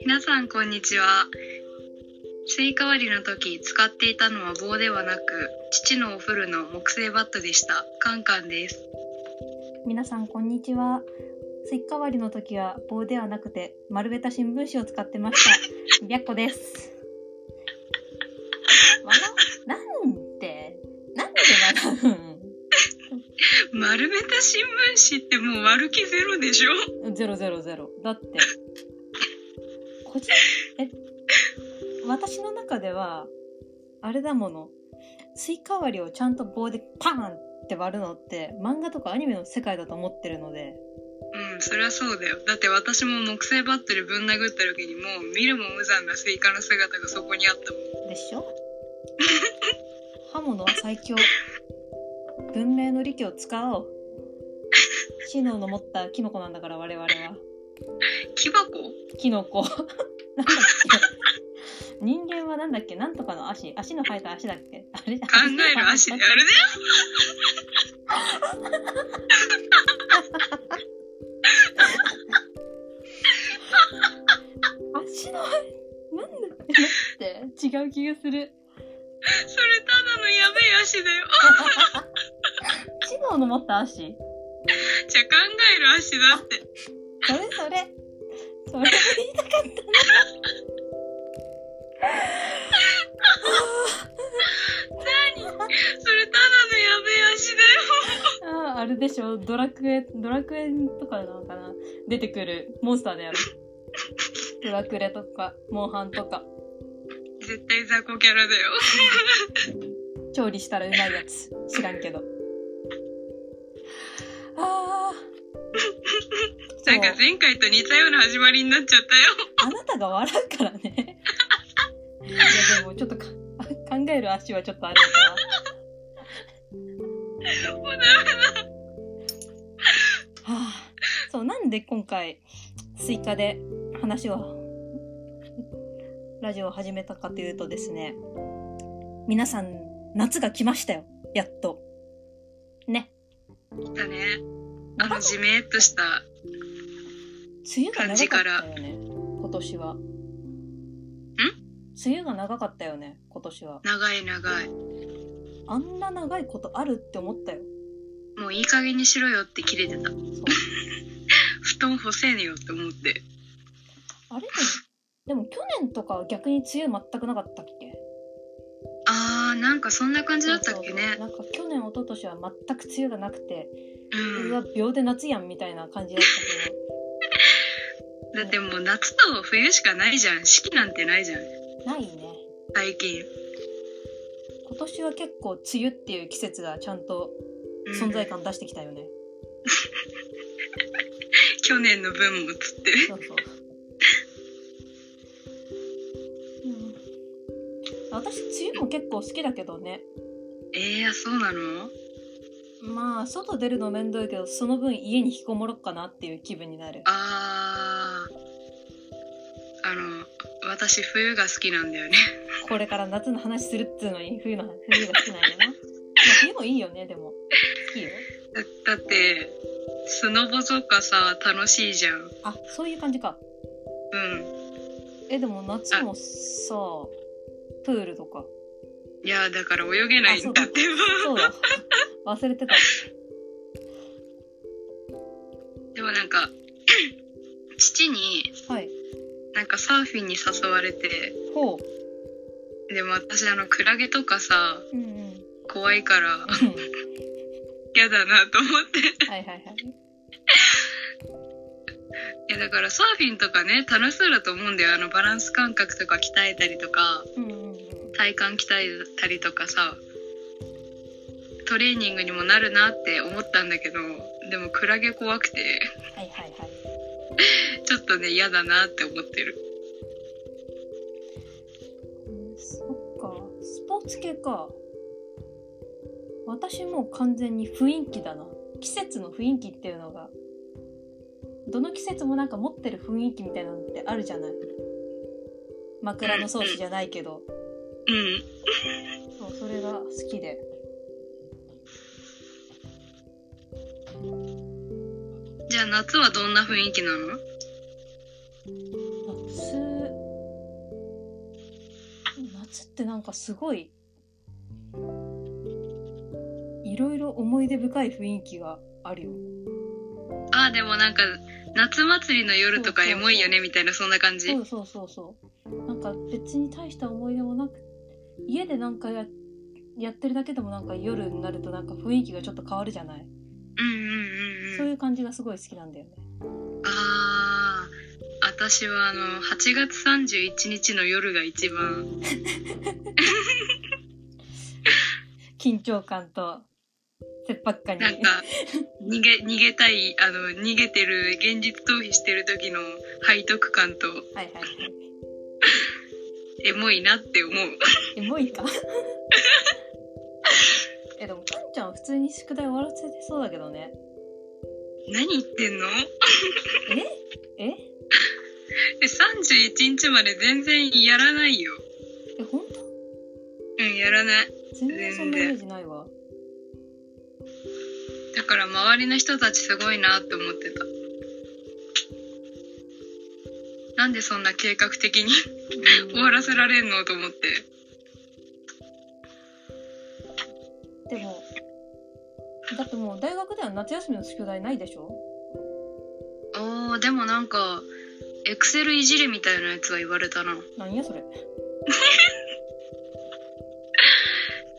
皆さんこんにちはスイカ割りの時使っていたのは棒ではなく父のお風呂の木製バットでしたカンカンです皆さんこんにちはスイカ割りの時は棒ではなくて丸めた新聞紙を使ってました白子ですわらなんでなんで笑丸めた新聞紙ってもう悪気ゼロでしょうんゼロゼロゼロだって個人え私の中ではあれだものスイカ割りをちゃんと棒でパーンって割るのって漫画とかアニメの世界だと思ってるのでうんそりゃそうだよだって私も木製バットでぶん殴った時にもう見るも無残なスイカの姿がそこにあったもんでしょ刃物は最強文明の利器を使おう知能の持ったキノコなんだから我々は木箱キノコなんだっけ人間はなんだっけなんとかの足足の生えた足だっけあれ考考える足であれだよ足の生えなんだっけ待って違う気が するそれただのやべえ足だよ知能の持った足じゃあ考える足だってそれそれそれを言いたかったなそれただのやべえ足だよ あーあれでしょドラクエドラクエとかなのかな出てくるモンスターだよねドラクレとかモンハンとか絶対雑魚キャラだよ調理したらうまいやつ知らんけどあ ーなんかそう前回と似たような始まりになっちゃったよあなたが笑うからねいやでもちょっとかあ考える足はちょっとあれだなもうダメはあ、そうなんで今回スイカで話をラジオを始めたかというとですね皆さん夏が来ましたよやっとねだねあのじめっとした梅雨が長かったよね今年はん梅雨が長かったよね今年は長い長いあんな長いことあるって思ったよもういい加減にしろよって切れてた そう布団干せねえよって思ってあれでもでも去年とかは逆に梅雨全くなかったっけあーなんかそんな感じだったっけねそうそうそうなんか去年一昨年は全く梅雨がなくてううんわ秒で夏やんみたいな感じだったけどだってもう夏と冬しかないじゃん四季なんてないじゃんないね最近、今年は結構梅雨っていう季節がちゃんとうん存在感出してきたよね、去年の分もつってそうそう、うん、私梅雨も結構好きだけどねえー、そうなのまあ外出るの面倒いけどその分家に引きこもろっかなっていう気分になるあーあの私冬が好きなんだよねこれから夏の話するっつうのに冬の冬が好きな んだなまあ冬もいいよねでも好きよだだってスノボとかさ楽しいじゃんうんあそういう感じかえでも夏もさプールとかいやだから泳げないんだってそうだ忘れてた でもなんか 父にはいなんかサーフィンに誘われてほでも私あのクラゲとかさううんうん怖いからは嫌だなと思って いはいはいいやだからサーフィンとかね楽しそうだと思うんだよあのバランス感覚とか鍛えたりとかうんうんうん体幹鍛えたりとかさトレーニングにもなるなって思ったんだけどでもクラゲ怖くてはいはいはいちょっとね嫌だなって思ってるうんそっかスポーツ系か私もう完全に雰囲気だな季節の雰囲気っていうのがどの季節もなんか持ってる雰囲気みたいなのってあるじゃない枕の草子じゃないけどうんそうそれが好きでじゃあ夏はどんな雰囲気なの夏ってなんかすごいいろいろ思い出深い雰囲気があるよあーでもなんか夏祭りの夜とかエモいよねみたいなそんな感じそうそうそうそうなんか別に大した思い出もなく家でなんかややってるだけでもなんか夜になるとなんか雰囲気がちょっと変わるじゃない、うんうんうそうんういんう感じがすごい好きなんだよねあー私はあの8月31日の夜が一番緊張感と切迫感に なんか逃げ逃げたいあの逃げてる現実逃避してる時の背徳感とはいはいはいエモいなって思うエモいか えでもかんちゃんは普通に宿題終わらせてそうだけどね何言ってんのええ31日まで全然やらないよえ本当うんやらない全然そんなイメージないわだから周りの人たちすごいなって思ってたなんでそんな計画的に 終わらせられんのと思ってでもだってもう大学では夏休みの宿題ないでしょおーでもなんかエクセルいじれみたいなやつは言われたな何やそれ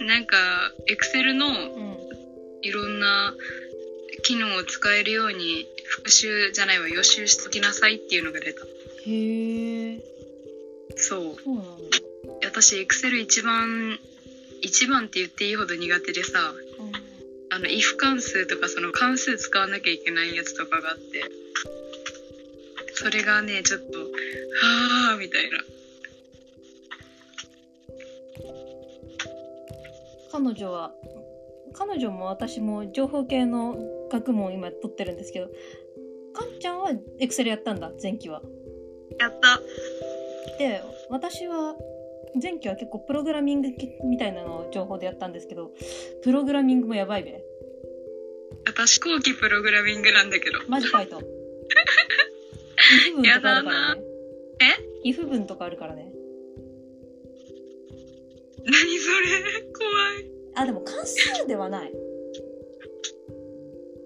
なんかエクセルのうんいろんな機能を使えるように復習じゃないわ予習しときなさいっていうのが出たへえそうそうなんだ私エクセル一番一番って言っていいほど苦手でさうんあの if 関数とかその関数使わなきゃいけないやつとかがあってそれがねちょっとはあみたいな彼女は彼女も私も情報系の学問を今取ってるんですけどかんちゃんはエクセルやったんだ前期はやったで私は前期は結構プログラミング系みたいなのを情報でやったんですけどプログラミングもやばいべ私後期プログラミングなんだけどマジファイトイフ文とかあるからねイフ文とかあるからね何それ怖いあでも関数ではない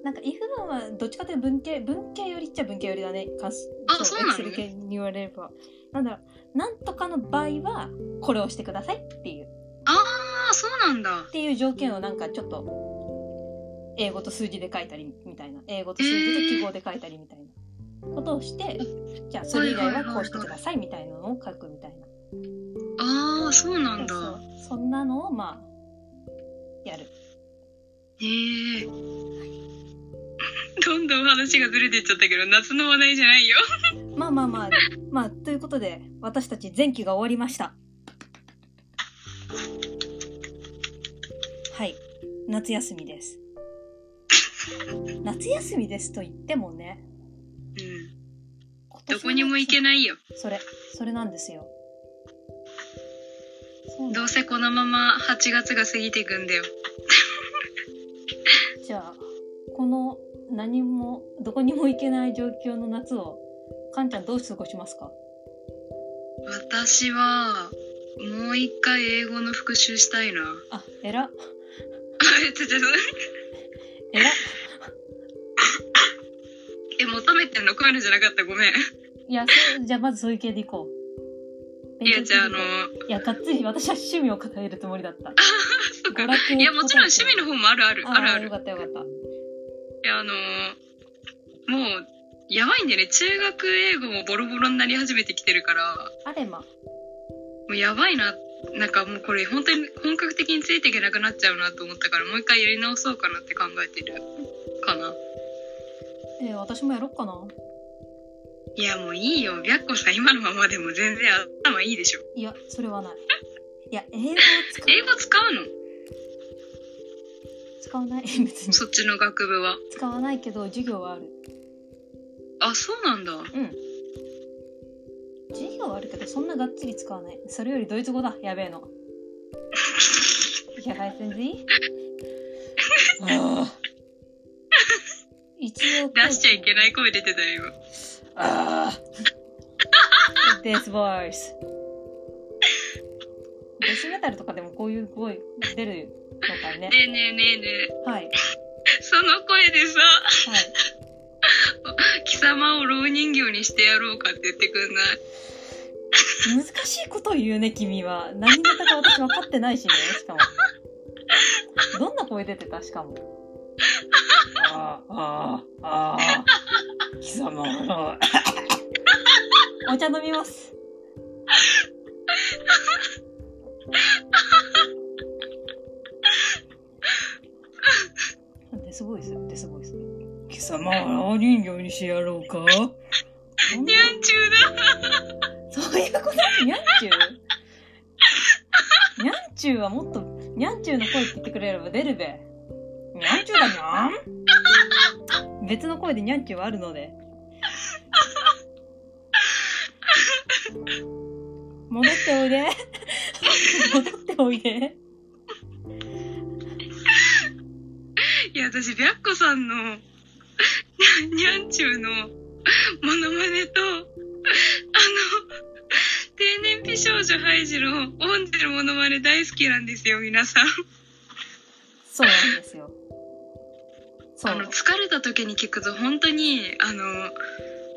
なんか if 文はどっちかというと文系文系寄りっちゃ文系寄りだね関数あそうなの Excel 系に言われればなんだろうなんとかの場合はこれをしてくださいっていうああそうなんだっていう条件をなんかちょっと英語と数字で書いたりみたいな英語と数字と記号で書いたりみたいなことをしてじゃあそれ以外はこうしてくださいみたいなのを書くみたいなああそうなんだそうそんなのをまあやるへえどんどん話がずれていっちゃったけど夏の話題じゃないよまあまあまあまあということで私たち前期が終わりましたはい夏休みです夏休みですと言ってもねうん今年のどこにも行けないよそれそれなんですよそうなんどうせこのまま8月が過ぎていくんだよじゃあこの何もどこにも行けない状況の夏をかんちゃんどう過ごしますか私はもう一回英語の復習したいな ああえらえちょちょちょえらえ求めてんのこういうのじゃなかったごめんいやそうじゃあまずそういう系でいこういやじゃああの勉強系でいこういやがっつり私は趣味を語るつもりだったそうか娯楽いやもちろん趣味の方もあるあるああるあーるよかったよかったいやあのもうやばいんだよね中学英語もボロボロになり始めてきてるからもあれまうやばいななんかもうこれ本当に本格的についていけなくなっちゃうなと思ったからもう一回やり直そうかなって考えてるかなえー私もやろっかないやもういいよ白子さん今のままでも全然頭いいでしょいやそれはないいや英語を使英語使うのう使わない 別にそっちの学部は使わないけど授業はあるあそうなんだうん授業はあるけどそんながっつり使わないそれよりドイツ語だやべ えのやばい先生ああ一応出しちゃいけない声出てたよ ああ This voice デシメタルとかでもこういう声出るのかね。ねえねえねえねはい。はい。えその声でさ貴様を老人形にしてやろうかって言ってくんない難しいことを言うね、君は。何ネタか私分かってないしね、しかも。どんな声出てたしかも。ああ、ああ、貴様の。お茶飲みます。デスボイス、デスボイス。貴様を青人形にしてやろうかにゃんちゅうだそういうことにゃんちゅうにゃんちゅうはもっとにゃんちゅうの声って言ってくれれば出るべ。にゃんちゅうだにゃん別の声でにゃんちゅうはあるので。戻っておいで。 戻っておいで。いや私白子さんのにゃんにゃんちゅうのモノマネとあの定年美少女ハイジのオンゼルモノマネ大好きなんですよ皆さんそうなんですよ。そあのう。疲れた時に聞くと本当にあのも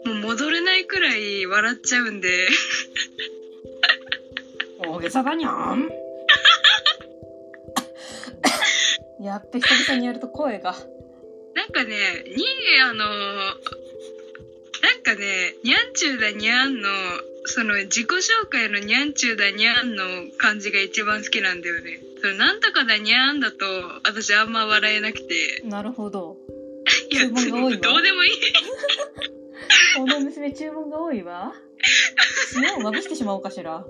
う戻れないくらい笑っちゃうんで大げさだにゃんやっべ、久々にやると声が。なんかねにあのなんかねにゃんちゅうだにゃんのその自己紹介のにゃんちゅうだにゃんの感じが一番好きなんだよねそのなんとかだにゃんだと私あんま笑えなくてなるほど。いや注文が多いわどうでもいいこの娘注文が多いわ。砂をまぶしてしまおうかしら。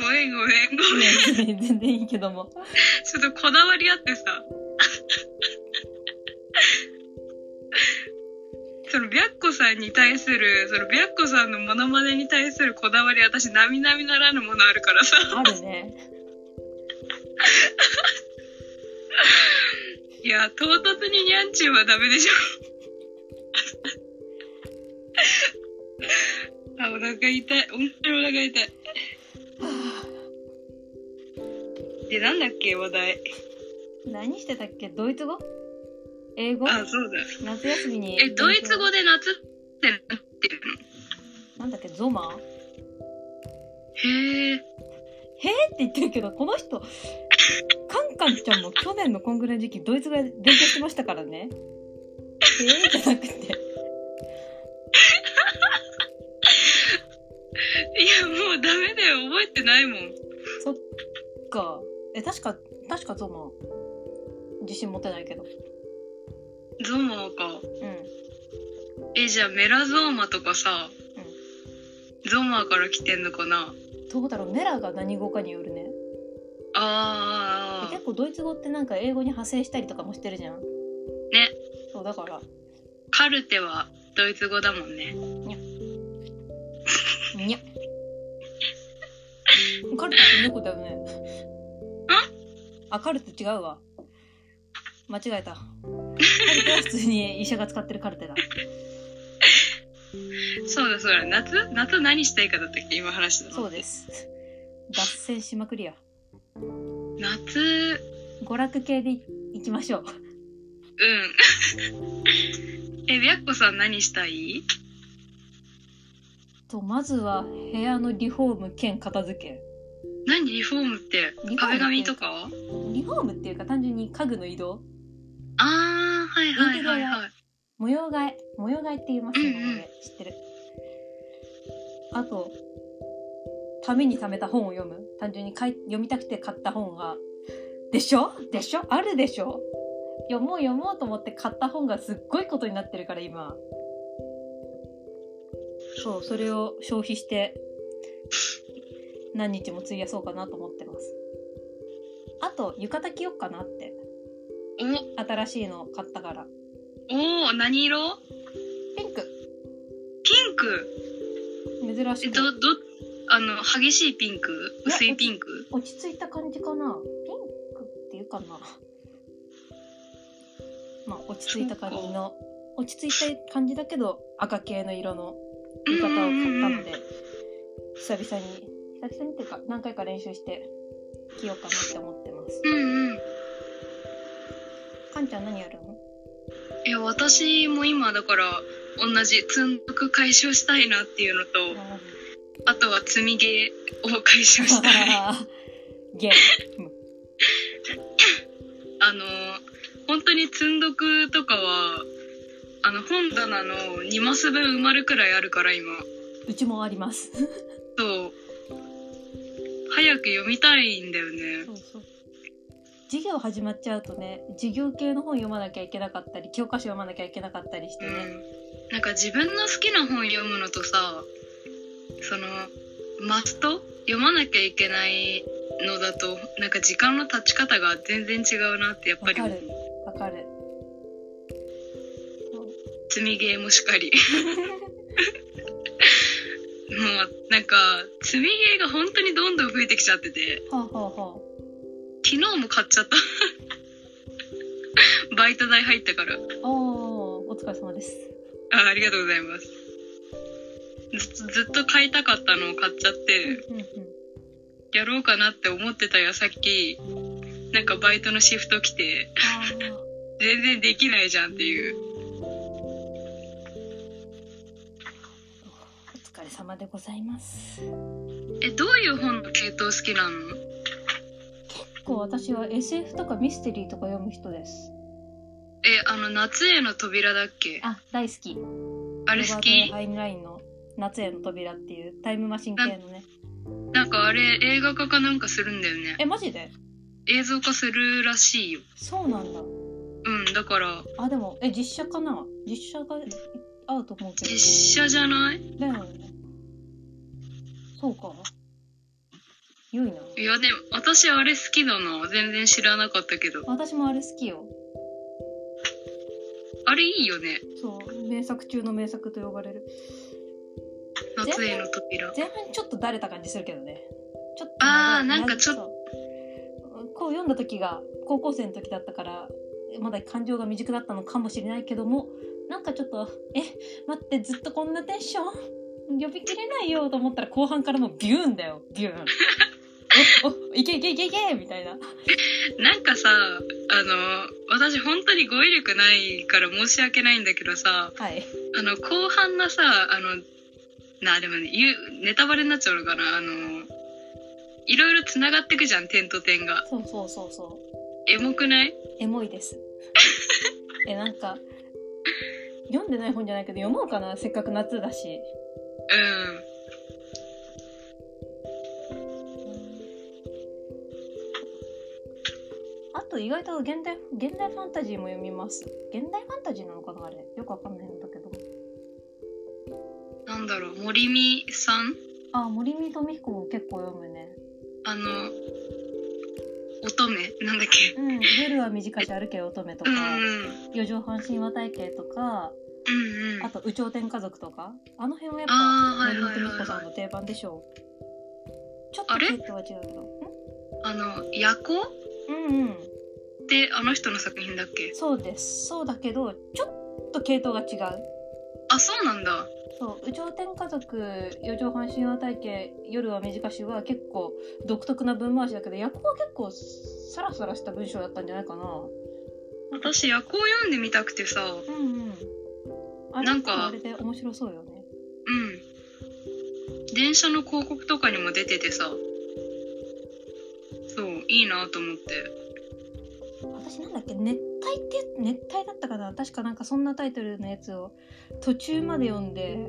ごめんごめんごいめんや全然全然いいけども。ちょっとこだわりあってさ。 その白子さんに対する、その白子さんのモノマネに対するこだわり、私、並々ならぬものあるからさ。あるね。いや、唐突ににゃんちゅうはダメでしょ。 あ、お腹痛い。本当にお腹 痛い。で、なんだっけ、話題。何してたっけドイツ語英語あ、そうだ。夏休みに。え、ドイツ語で夏ってなんていうのなんだっけゾマへえ。へえって言ってるけど、この人、カンカンちゃんも去年のこんぐらいの時期、ドイツ語勉強してましたからね。へえじゃなくて。いや、もうダメだよ。覚えてないもん。そっか。え、確か、確かゾマ自信持てないけど。ゾーマか。うん。え、じゃあメラゾーマとかさ、ゾーマから来てんのかなどうだろうメラが何語かによるね。あーあーあ結構ドイツ語ってなんか英語に派生したりとかもしてるじゃんねそうだからー、カルテはドイツ語だもんね。にゃカルテって猫だよねあカルテ違うわ間違えたカルテは普通に医者が使ってるカルテだそうだそうだ。夏夏何したいかだったっけ今話したの。そうです脱線しまくりや夏、娯楽系でいいきましょううん。 え、白子さん何したいとまずは部屋のリフォーム兼片付け何リフォームってリフォームって壁紙とかあリフォームっていうか単純に家具の移動あー、はいはいはいはい。模様替え模様替えって言いますよね、うんうんこれ知ってるあとために貯めた本を読む単純に買い読みたくて買った本がでしょでしょあるでしょ読もう読もうと思って買った本がすっごいことになってるから今そうそれを消費して何日も費やそうかなと思ってますあと浴衣着ようかなって新しいの買ったからお、おー、何色ピンクピンク。珍しえ、くど、ど、あの、激しいピンクいや薄いピンク落ち着いた感じかなピンクっていうかなまあ落ち着いた感じの落ち着いた感じだけど赤系の色の浴衣を買ったので、久々に久々にっていうか何回か練習して着ようかなって思ってますうんうんかんちゃん何やるのいや私も今だから同じ積んどく解消したいなっていうのとあとは積みゲーを解消したいゲームあの本当に積んどくとかはあの本棚の2マス分埋まるくらいあるから今うちもありますそう早く読みたいんだよねそうそう授業始まっちゃうとね授業系の本読まなきゃいけなかったり教科書読まなきゃいけなかったりしてうね、んなんか自分の好きな本読むのとさそのマスト読まなきゃいけないのだとなんか時間の経ち方が全然違うなってやっぱりわ思かうるわかるそう積みゲーもしかりもうなんか積みゲーが本当にどんどん増えてきちゃっててはあ、はあは昨日も買っちゃった バイト代入ったからあ、おーお疲れ様ですあありがとうございますずずっと買いたかったのを買っちゃってうんうんやろうかなって思ってた矢先なんかバイトのシフト来てあ全然できないじゃんっていうーお疲れ様でございますえどういう本の系統好きなの結構私は SF とかミステリーとか読む人ですえあの夏への扉だっけああ大好れき好ロバートきハインラインの「夏への扉」っていうタイムマシン系のねなんかあれ映画化かなんかするんだよねえマジで映像化するらしいよそうなんだうんだからあでもえ実写かな実写が合うと思うけ実写じゃないどだよねそうか良いないやでも私あれ好きだな全然知らなかったけど私もあれ好きよあれいいよねそう名作中の名作と呼ばれる夏への扉前半ちょっとだれた感じするけどねちょっとあーなんかちょっとこう読んだ時が高校生の時だったからまだ感情が未熟だったのかもしれないけどもなんかちょっとえ待ってずっとこんなテンション呼びきれないよと思ったら後半からもうビューンだよビ ューンおおいけいけいけいけみたいななんかさあの私本当に語彙力ないから申し訳ないんだけどさはいあの後半のさあのなでもね言うネタバレになっちゃうのかなあのいろいろつながってくじゃん点と点がそうそうそうそうエモくないエモいですえなんか読んでない本じゃないけど読もうかなせっかく夏だしうんあと意外と現代現代ファンタジーも読みます。現代ファンタジーなのかなあれよくわかんないんだけど。なんだろう森美さんあ森見富彦も結構読むね。あの乙女なんだっけうん夜は短し歩けよ乙女とかうんうん四畳半神話体系とかうんうんあと有頂天家族とかあの辺はやっあーぱはい森はいはいはい見富彦さんの定番でしょう。ちょっとあれ系統は違うけど。んあの夜行っうんうんてあの人の作品だっけそうですそうだけどちょっと系統が違う。あそうなんだそう「有頂天家族」「四畳半神話体系」「夜は短し」は結構独特な文回しだけど夜行は結構サラサラした文章だったんじゃないかな私夜行読んでみたくてさうんうんあれなんかあれで面白そうよねうん電車の広告とかにも出ててさそういいなと思って私なんだっけ熱帯って熱帯だったかな確かなんかそんなタイトルのやつを途中まで読んで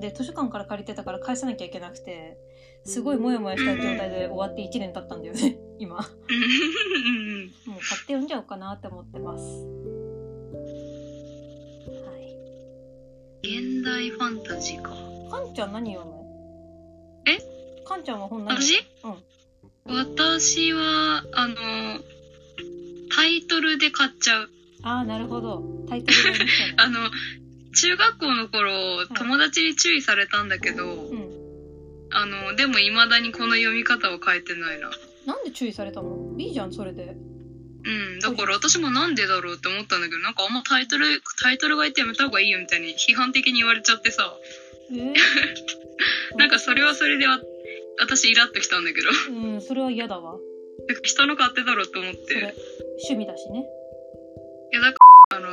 で図書館から借りてたから返さなきゃいけなくてすごいモヤモヤした状態で終わって1年経ったんだよね今もううんうんうん買って読んじゃおうかなって思ってますはい現代ファンタジーかかんちゃん何読むえかんちゃんは本何私うん私はあのタイトルで買っちゃうああなるほどタイトルがいまし たあねの中学校の頃友達に注意されたんだけど、うんあのでもいまだにこの読み方は変えてないななんで注意されたのいいじゃんそれでうんだから私もなんでだろうって思ったんだけどなんかあんまタイトルタイトルがいてやめた方がいいよみたいに批判的に言われちゃってさえー、 なんかそれはそれでわ私イラッときたんだけど うんそれは嫌だわなんか人の勝手だろと思っそれて趣味だしねいやだからあの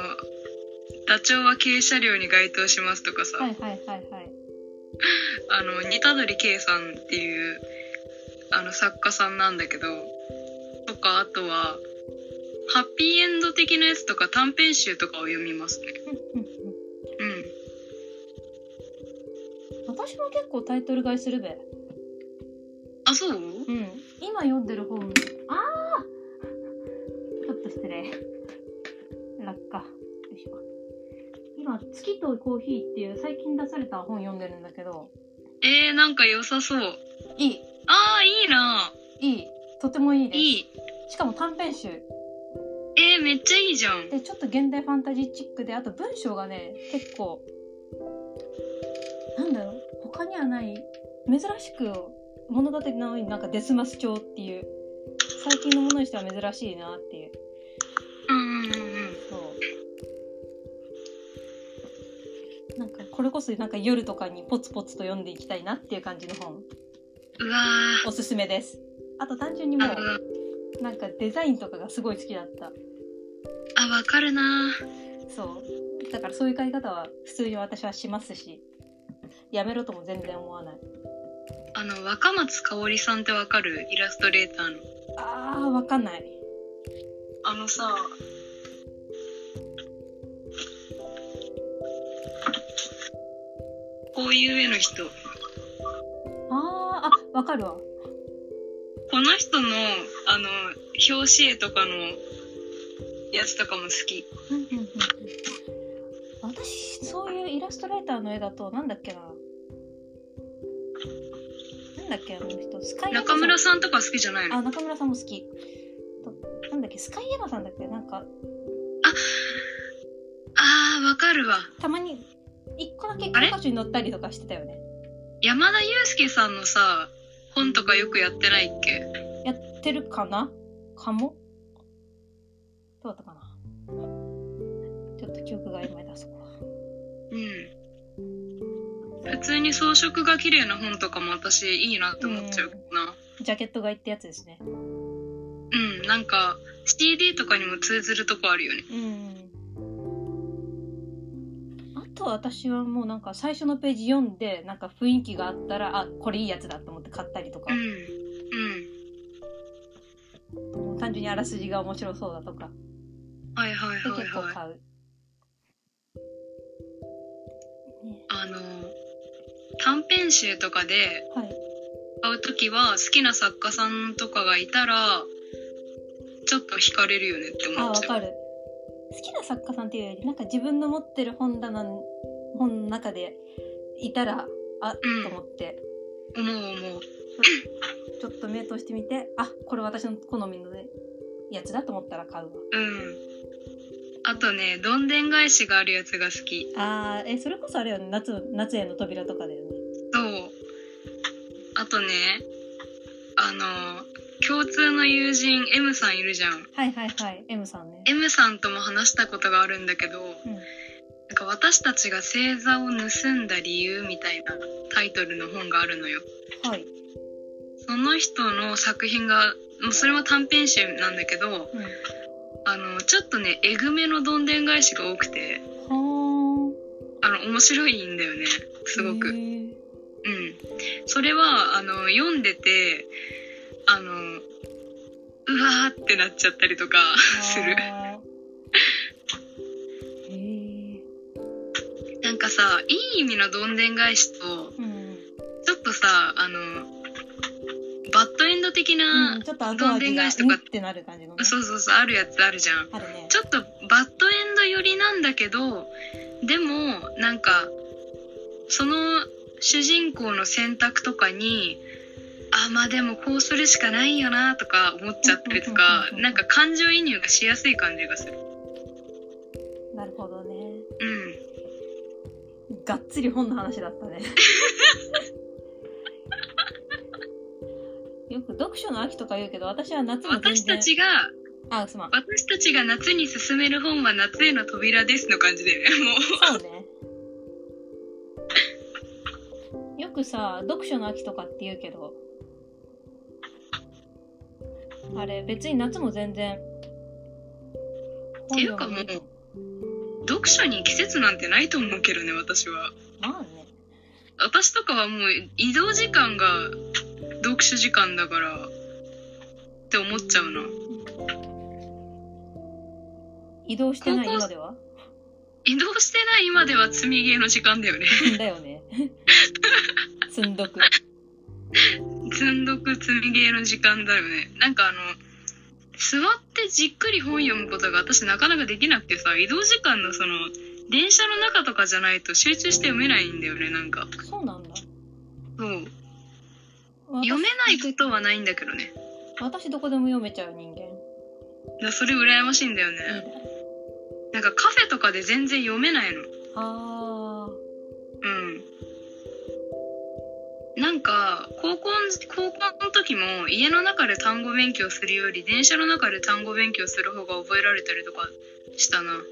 ダチョウは軽車両に該当しますとかさ、はいはいはいはいあの似たどり圭さんっていうあの作家さんなんだけどとかあとはハッピーエンド的なやつとか短編集とかを読みますねうんうんうんうん私も結構タイトル買いするべあそううん今読んでる本ああちょっと失礼落下よいしょ今「月とコーヒー」っていう最近出された本読んでるんだけどえー、なんか良さそういいあーいいないいとてもいいですいいしかも短編集えー、めっちゃいいじゃんでちょっと現代ファンタジーチックであと文章がね結構なんだろう他にはない珍しく物語なのになんかデスマス調っていう最近のものにしては珍しいなっていううんうんうんうんそうなんかこれこそなんか夜とかにポツポツと読んでいきたいなっていう感じの本うわおすすめですあと単純にーもあのうなんかデザインとかがすごい好きだったあわかるなそうだからそういう買い方は普通に私はしますしやめろとも全然思わないあの若松香織さんってわかるイラストレーターのあーわかんないあのさこういう絵の人あーあわかるわこの人のあの表紙絵とかのやつとかも好き私そういうイラストレーターの絵だとなんだっけななんだっけあの人スカイ中村ささんとか好きじゃないのあ中村さんも好きとなんだっけスカイエマさんだっけなんかあーわかるわたまに一個だけ教科書に載ったりとかしてたよね山田裕介さんのさ本とかよくやってないっけやってるかなかもどうだったかなちょっと記憶が曖昧だそこは。うん普通に装飾が綺麗な本とかも私いいなって思っちゃうかなジャケット買いってやつですね。うん、なんか CD とかにも通ずるとこあるよねうん。あと私はもうなんか最初のページ読んで、なんか雰囲気があったら、あ、これいいやつだと思って買ったりとかうん、うんもう単純にあらすじが面白そうだとか、はいはいではい結構はい買う。ねあの短編集とかではい。買う時は好きな作家さんとかがいたらちょっと惹かれるよねってあ思っわちゃうかる好きな作家さんっていうよりなんか自分の持ってる本棚の本の中でいたらあっうんと思って思う思うちょっと目通してみてあこれ私の好みのやつだと思ったら買うわうんあとねどんでん返しがあるやつが好きあーえそれこそあれよね夏夏への扉とかだよねそうあとねあの共通の友人 M さんいるじゃんはいはいはい M さんね M さんとも話したことがあるんだけどうんなんか私たちが星座を盗んだ理由みたいなタイトルの本があるのよはい、その人の作品がもうそれも短編集なんだけどうん、あのちょっとねえぐめのどんでん返しが多くてはあの面白いんだよねあすごくへーうん、それはあの読んでてあのうわーってなっちゃったりとかするあーへえなんかさいい意味のどんでん返しとうんちょっとさあのバッドエンド的な、うん、ちょっと後どんで味んがう返しとかんってなる感じのねそうそうそうあるやつあるじゃんあるねちょっとバッドエンド寄りなんだけどでもなんかその主人公の選択とかにあまあでもこうするしかないよなとか思っちゃったりとかうんうんうんうんうんなんか感情移入がしやすい感じがする。なるほどね。うんがっつり本の話 だったね。よく読書の秋とか言うけど、私は夏も全私然。たちがあ、すまん。私たちが夏に進める本は夏への扉ですの感じでもうそうね。よくさ読書の秋とかって言うけどあれ別に夏も全然ていうかもう本読む読書に季節なんてないと思うけどね私はまあね私とかはもう移動時間が読書時間だからって思っちゃうな移動してない高校今では移動してない今では積みゲーの時間だよね だよね 積んどく積んどく積みゲーの時間だよねなんかあの座ってじっくり本読むことが私なかなかできなくてさ移動時間のその電車の中とかじゃないと集中して読めないんだよねなんかそうなんだそう私読めないことはないんだけどね私どこでも読めちゃう人間いだからそれ羨ましいんだよね、いねなんかカフェとかで全然読めないの。うあーん。なんか、高校の、高校の時も家の中で単語勉強するより、電車の中で単語勉強する方が覚えられたりとかしたな。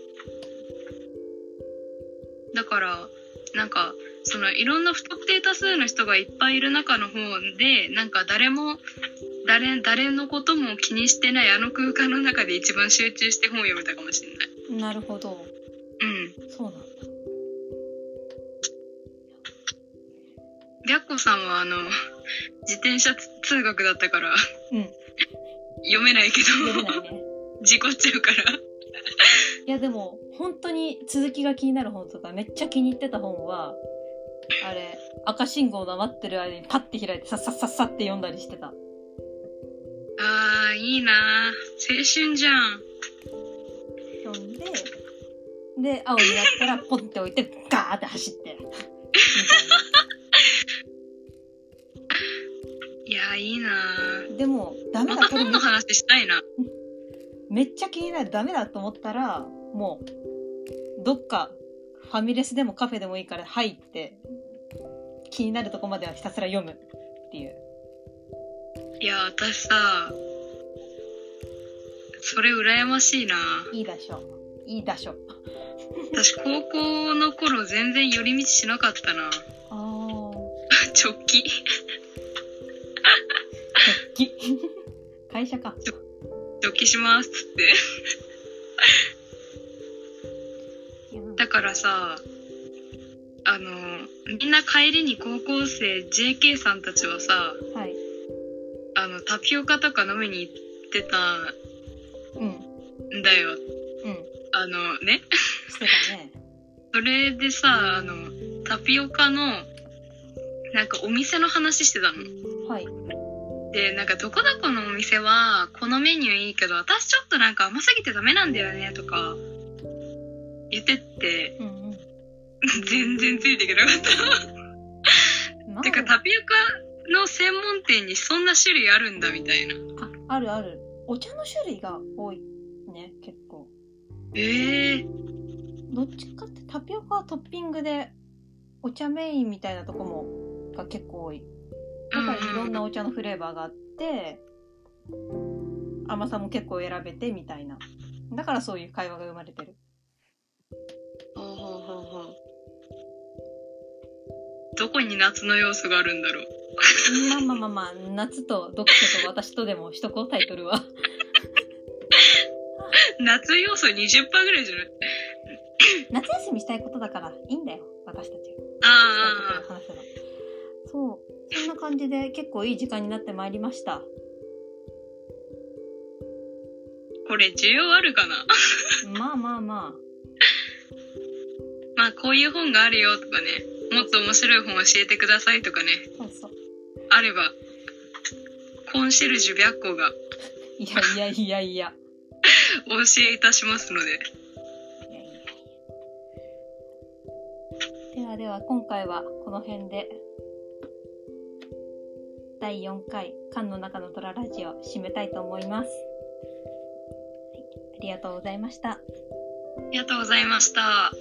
だから、なんか、そのいろんな不特定多数の人がいっぱいいる中の方で、なんか誰も、誰、誰のことも気にしてないあの空間の中で一番集中して本を読めたかもしれない。なるほどうん。そうなんだ白子さんはあの自転車つ通学だったからうん読めないけ読めなどいね事故っちゃうからいやでも本当に続きが気になる本とかめっちゃ気に入ってた本はあれ赤信号が待ってる間にパッて開いてさっさっさっさって読んだりしてたあーいいなあ青春じゃん読んでで青になったらポンって置いてガーって走ってみたいいやーいいなあなでもダメまだたこれ本の話したいなめっちゃ気になるダメだと思ったらもうどっかファミレスでもカフェでもいいから入って気になるとこまではひたすら読むっていういやー私さそれ羨ましいないいだしょいいだしょ私高校の頃全然寄り道しなかった なああ直帰直帰 会社か直帰しますっつってだからさあのみんな帰りに高校生 JK さんたちはさはいあのタピオカとか飲みに行ってたうんうんんだよあのねしてたねそれでさあのタピオカのなんかお店の話してたのはいでなんかどこどこのお店はこのメニューいいけど私ちょっとなんか甘すぎてダメなんだよねとか言ってって うん全然ついていけなかったうんなんてかタピオカの専門店にそんな種類あるんだみたいなああるあるお茶の種類が多いね結構ええどっちかってタピオカはトッピングでお茶メインみたいなとこもが結構多いだからいろんなお茶のフレーバーがあって甘さも結構選べてみたいなだからそういう会話が生まれてるほうほうほうほうどこに夏の要素があるんだろうまあまあまあまあ夏と読書と私とでもしとこうタイトルは夏要素20%ぐらいじゃない夏休みしたいことだからいいんだよ私たちはそういうあことを話せばそうそんな感じで結構いい時間になってまいりましたあこれ需要あるかな まあまあまあまあこういう本があるよとかねもっと面白い本教えてくださいとかねそうそうあればコンシェルジュ白子がいやいやいやいやお教えいたしますのでいやいやいやではでは今回はこの辺で第4回「缶の中の虎ラジオ」締めたいと思います、はい、ありがとうございましたありがとうございました